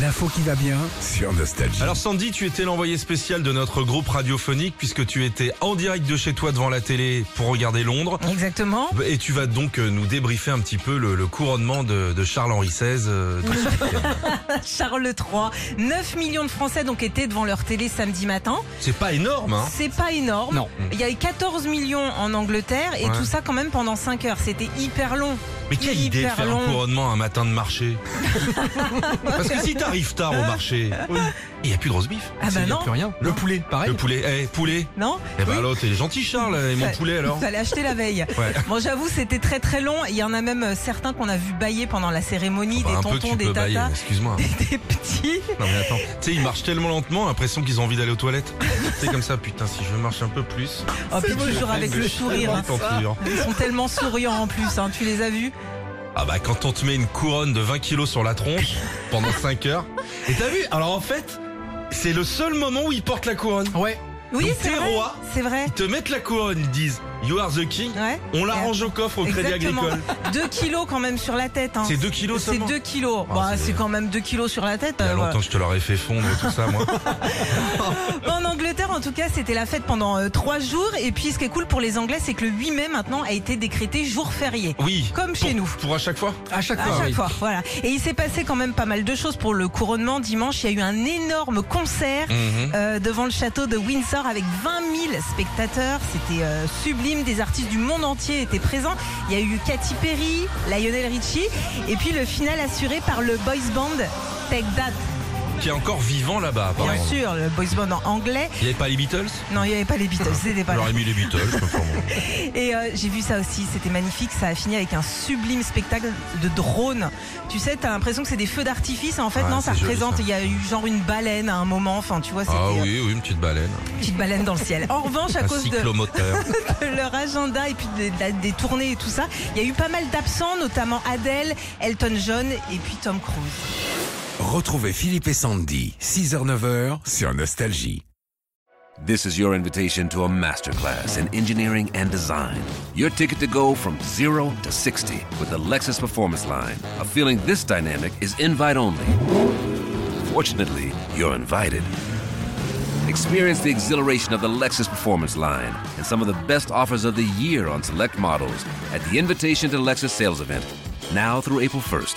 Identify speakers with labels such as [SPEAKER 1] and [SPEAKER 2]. [SPEAKER 1] L'info qui va bien sur Nostalgie.
[SPEAKER 2] Alors Sandy, tu étais l'envoyé spécial de notre groupe radiophonique puisque tu étais en direct de chez toi devant la télé pour regarder Londres.
[SPEAKER 3] Exactement.
[SPEAKER 2] Et tu vas donc euh, nous débriefer un petit peu le, le couronnement de, de Charles-Henri XVI. euh, dans ce week-end.
[SPEAKER 3] Charles III. 9 millions de Français donc étaient devant leur télé samedi matin.
[SPEAKER 2] C'est pas énorme, hein
[SPEAKER 3] C'est pas énorme.
[SPEAKER 1] Non.
[SPEAKER 3] Il y avait 14 millions en Angleterre et
[SPEAKER 2] Ouais.
[SPEAKER 3] tout ça quand même pendant 5 heures. C'était hyper long.
[SPEAKER 2] Mais quelle
[SPEAKER 3] Hyper
[SPEAKER 2] idée de faire
[SPEAKER 3] long.
[SPEAKER 2] un couronnement un matin de marché Parce que si t'arrives tard au marché, il n'y a plus de roast beef.
[SPEAKER 3] Ah bah non,
[SPEAKER 1] Plus rien. Le poulet, pareil.
[SPEAKER 2] Le poulet, eh poulet
[SPEAKER 3] non
[SPEAKER 2] Eh ben
[SPEAKER 3] Oui.
[SPEAKER 2] l'autre, il est gentil Charles, et mon
[SPEAKER 3] Ouais.
[SPEAKER 2] poulet alors
[SPEAKER 3] Fallait acheter la veille.
[SPEAKER 2] Ouais.
[SPEAKER 3] Bon, j'avoue, c'était très très long. Il y en a même euh, certains qu'on a vu bailler pendant la cérémonie,
[SPEAKER 2] Bah,
[SPEAKER 3] des
[SPEAKER 2] un peu que
[SPEAKER 3] tontons,
[SPEAKER 2] tu
[SPEAKER 3] des
[SPEAKER 2] peux bailler,
[SPEAKER 3] tatas,
[SPEAKER 2] excuse-moi.
[SPEAKER 3] des petits.
[SPEAKER 2] Non mais attends, tu sais, ils marchent tellement lentement, l'impression qu'ils ont envie d'aller aux toilettes. C'est comme ça, putain, si je marche un peu plus.
[SPEAKER 3] Oh, puis toujours
[SPEAKER 2] Ah,
[SPEAKER 3] avec le sourire. hein.
[SPEAKER 2] Tant pis, hein.
[SPEAKER 3] Ils sont tellement souriants en plus. hein. Tu les as vus
[SPEAKER 2] Ah bah quand on te met une couronne de 20 kilos sur la tronche pendant 5 heures. Et t'as vu Alors en fait, c'est le seul moment où ils portent la couronne.
[SPEAKER 1] Ouais.
[SPEAKER 3] Oui,
[SPEAKER 2] Donc,
[SPEAKER 3] c'est
[SPEAKER 2] t'es
[SPEAKER 3] vrai.
[SPEAKER 2] roi.
[SPEAKER 3] C'est vrai.
[SPEAKER 2] Ils te mettent la couronne, ils disent You are the king.
[SPEAKER 3] Ouais.
[SPEAKER 2] On la
[SPEAKER 3] Et
[SPEAKER 2] range au coffre au Crédit
[SPEAKER 3] Exactement.
[SPEAKER 2] Agricole.
[SPEAKER 3] 2 kilos quand même sur la tête. hein.
[SPEAKER 2] C'est 2 kilos
[SPEAKER 3] C'est
[SPEAKER 2] seulement.
[SPEAKER 3] 2 kilos.
[SPEAKER 2] Ah,
[SPEAKER 3] Bah,
[SPEAKER 2] c'est-
[SPEAKER 3] c'est quand même 2 kilos sur la tête.
[SPEAKER 2] Il y
[SPEAKER 3] euh,
[SPEAKER 2] a
[SPEAKER 3] voilà.
[SPEAKER 2] longtemps que je te l'aurais fait fondre tout ça moi.
[SPEAKER 3] En Angleterre, en tout cas, c'était la fête pendant 3 jours. Et puis, ce qui est cool pour les Anglais, c'est que le 8 mai maintenant a été décrété jour férié.
[SPEAKER 2] Oui.
[SPEAKER 3] Comme chez
[SPEAKER 2] Pour-
[SPEAKER 3] nous.
[SPEAKER 2] Pour à chaque fois
[SPEAKER 1] À chaque
[SPEAKER 3] À
[SPEAKER 2] Ah
[SPEAKER 1] fois.
[SPEAKER 3] chaque
[SPEAKER 1] oui.
[SPEAKER 3] fois, voilà. Et il s'est passé quand même pas mal de choses pour le couronnement. Dimanche, il y a eu un énorme concert
[SPEAKER 2] Mhm.
[SPEAKER 3] euh, devant le château de Windsor avec 20 000 spectateurs. C'était euh, sublime. Des artistes du monde entier étaient présents. Il y a eu Katy Perry, Lionel Richie, et puis le final assuré par le boys band Take That.
[SPEAKER 2] Qui est encore vivant là-bas
[SPEAKER 3] Bien
[SPEAKER 2] apparemment.
[SPEAKER 3] sûr, le boys band en anglais.
[SPEAKER 2] Il n'y avait pas les Beatles
[SPEAKER 3] Non, il n'y avait pas les Beatles, c'était pas là.
[SPEAKER 2] J'aurais mis les Beatles. enfin bon.
[SPEAKER 3] Et euh, j'ai vu ça aussi, c'était magnifique. Ça a fini avec un sublime spectacle de drones. Tu sais, t'as l'impression que c'est des feux d'artifice. En fait,
[SPEAKER 2] Ouais,
[SPEAKER 3] non, ça
[SPEAKER 2] c'est joli,
[SPEAKER 3] représente.
[SPEAKER 2] ça.
[SPEAKER 3] Il y a eu genre une baleine à un moment. Enfin, tu vois, c'était
[SPEAKER 2] Ah
[SPEAKER 3] euh,
[SPEAKER 2] oui, oui, une petite baleine.
[SPEAKER 3] une petite baleine dans le ciel. En revanche, à
[SPEAKER 2] Un
[SPEAKER 3] cause de,
[SPEAKER 2] cyclomoteur.
[SPEAKER 3] de leur agenda et puis de- de la- des tournées et tout ça, il y a eu pas mal d'absents, notamment Adele, Elton John et puis Tom Cruise.
[SPEAKER 1] Retrouvez Philippe et Sandy, 6h-9h sur Nostalgie.
[SPEAKER 4] This is your invitation to a masterclass in engineering and design. Your ticket to go from zero to 60 with the Lexus Performance Line. A feeling this dynamic is invite only. Fortunately, you're invited. Experience the exhilaration of the Lexus Performance Line and some of the best offers of the year on select models at the Invitation to Lexus sales event, now through April 1st.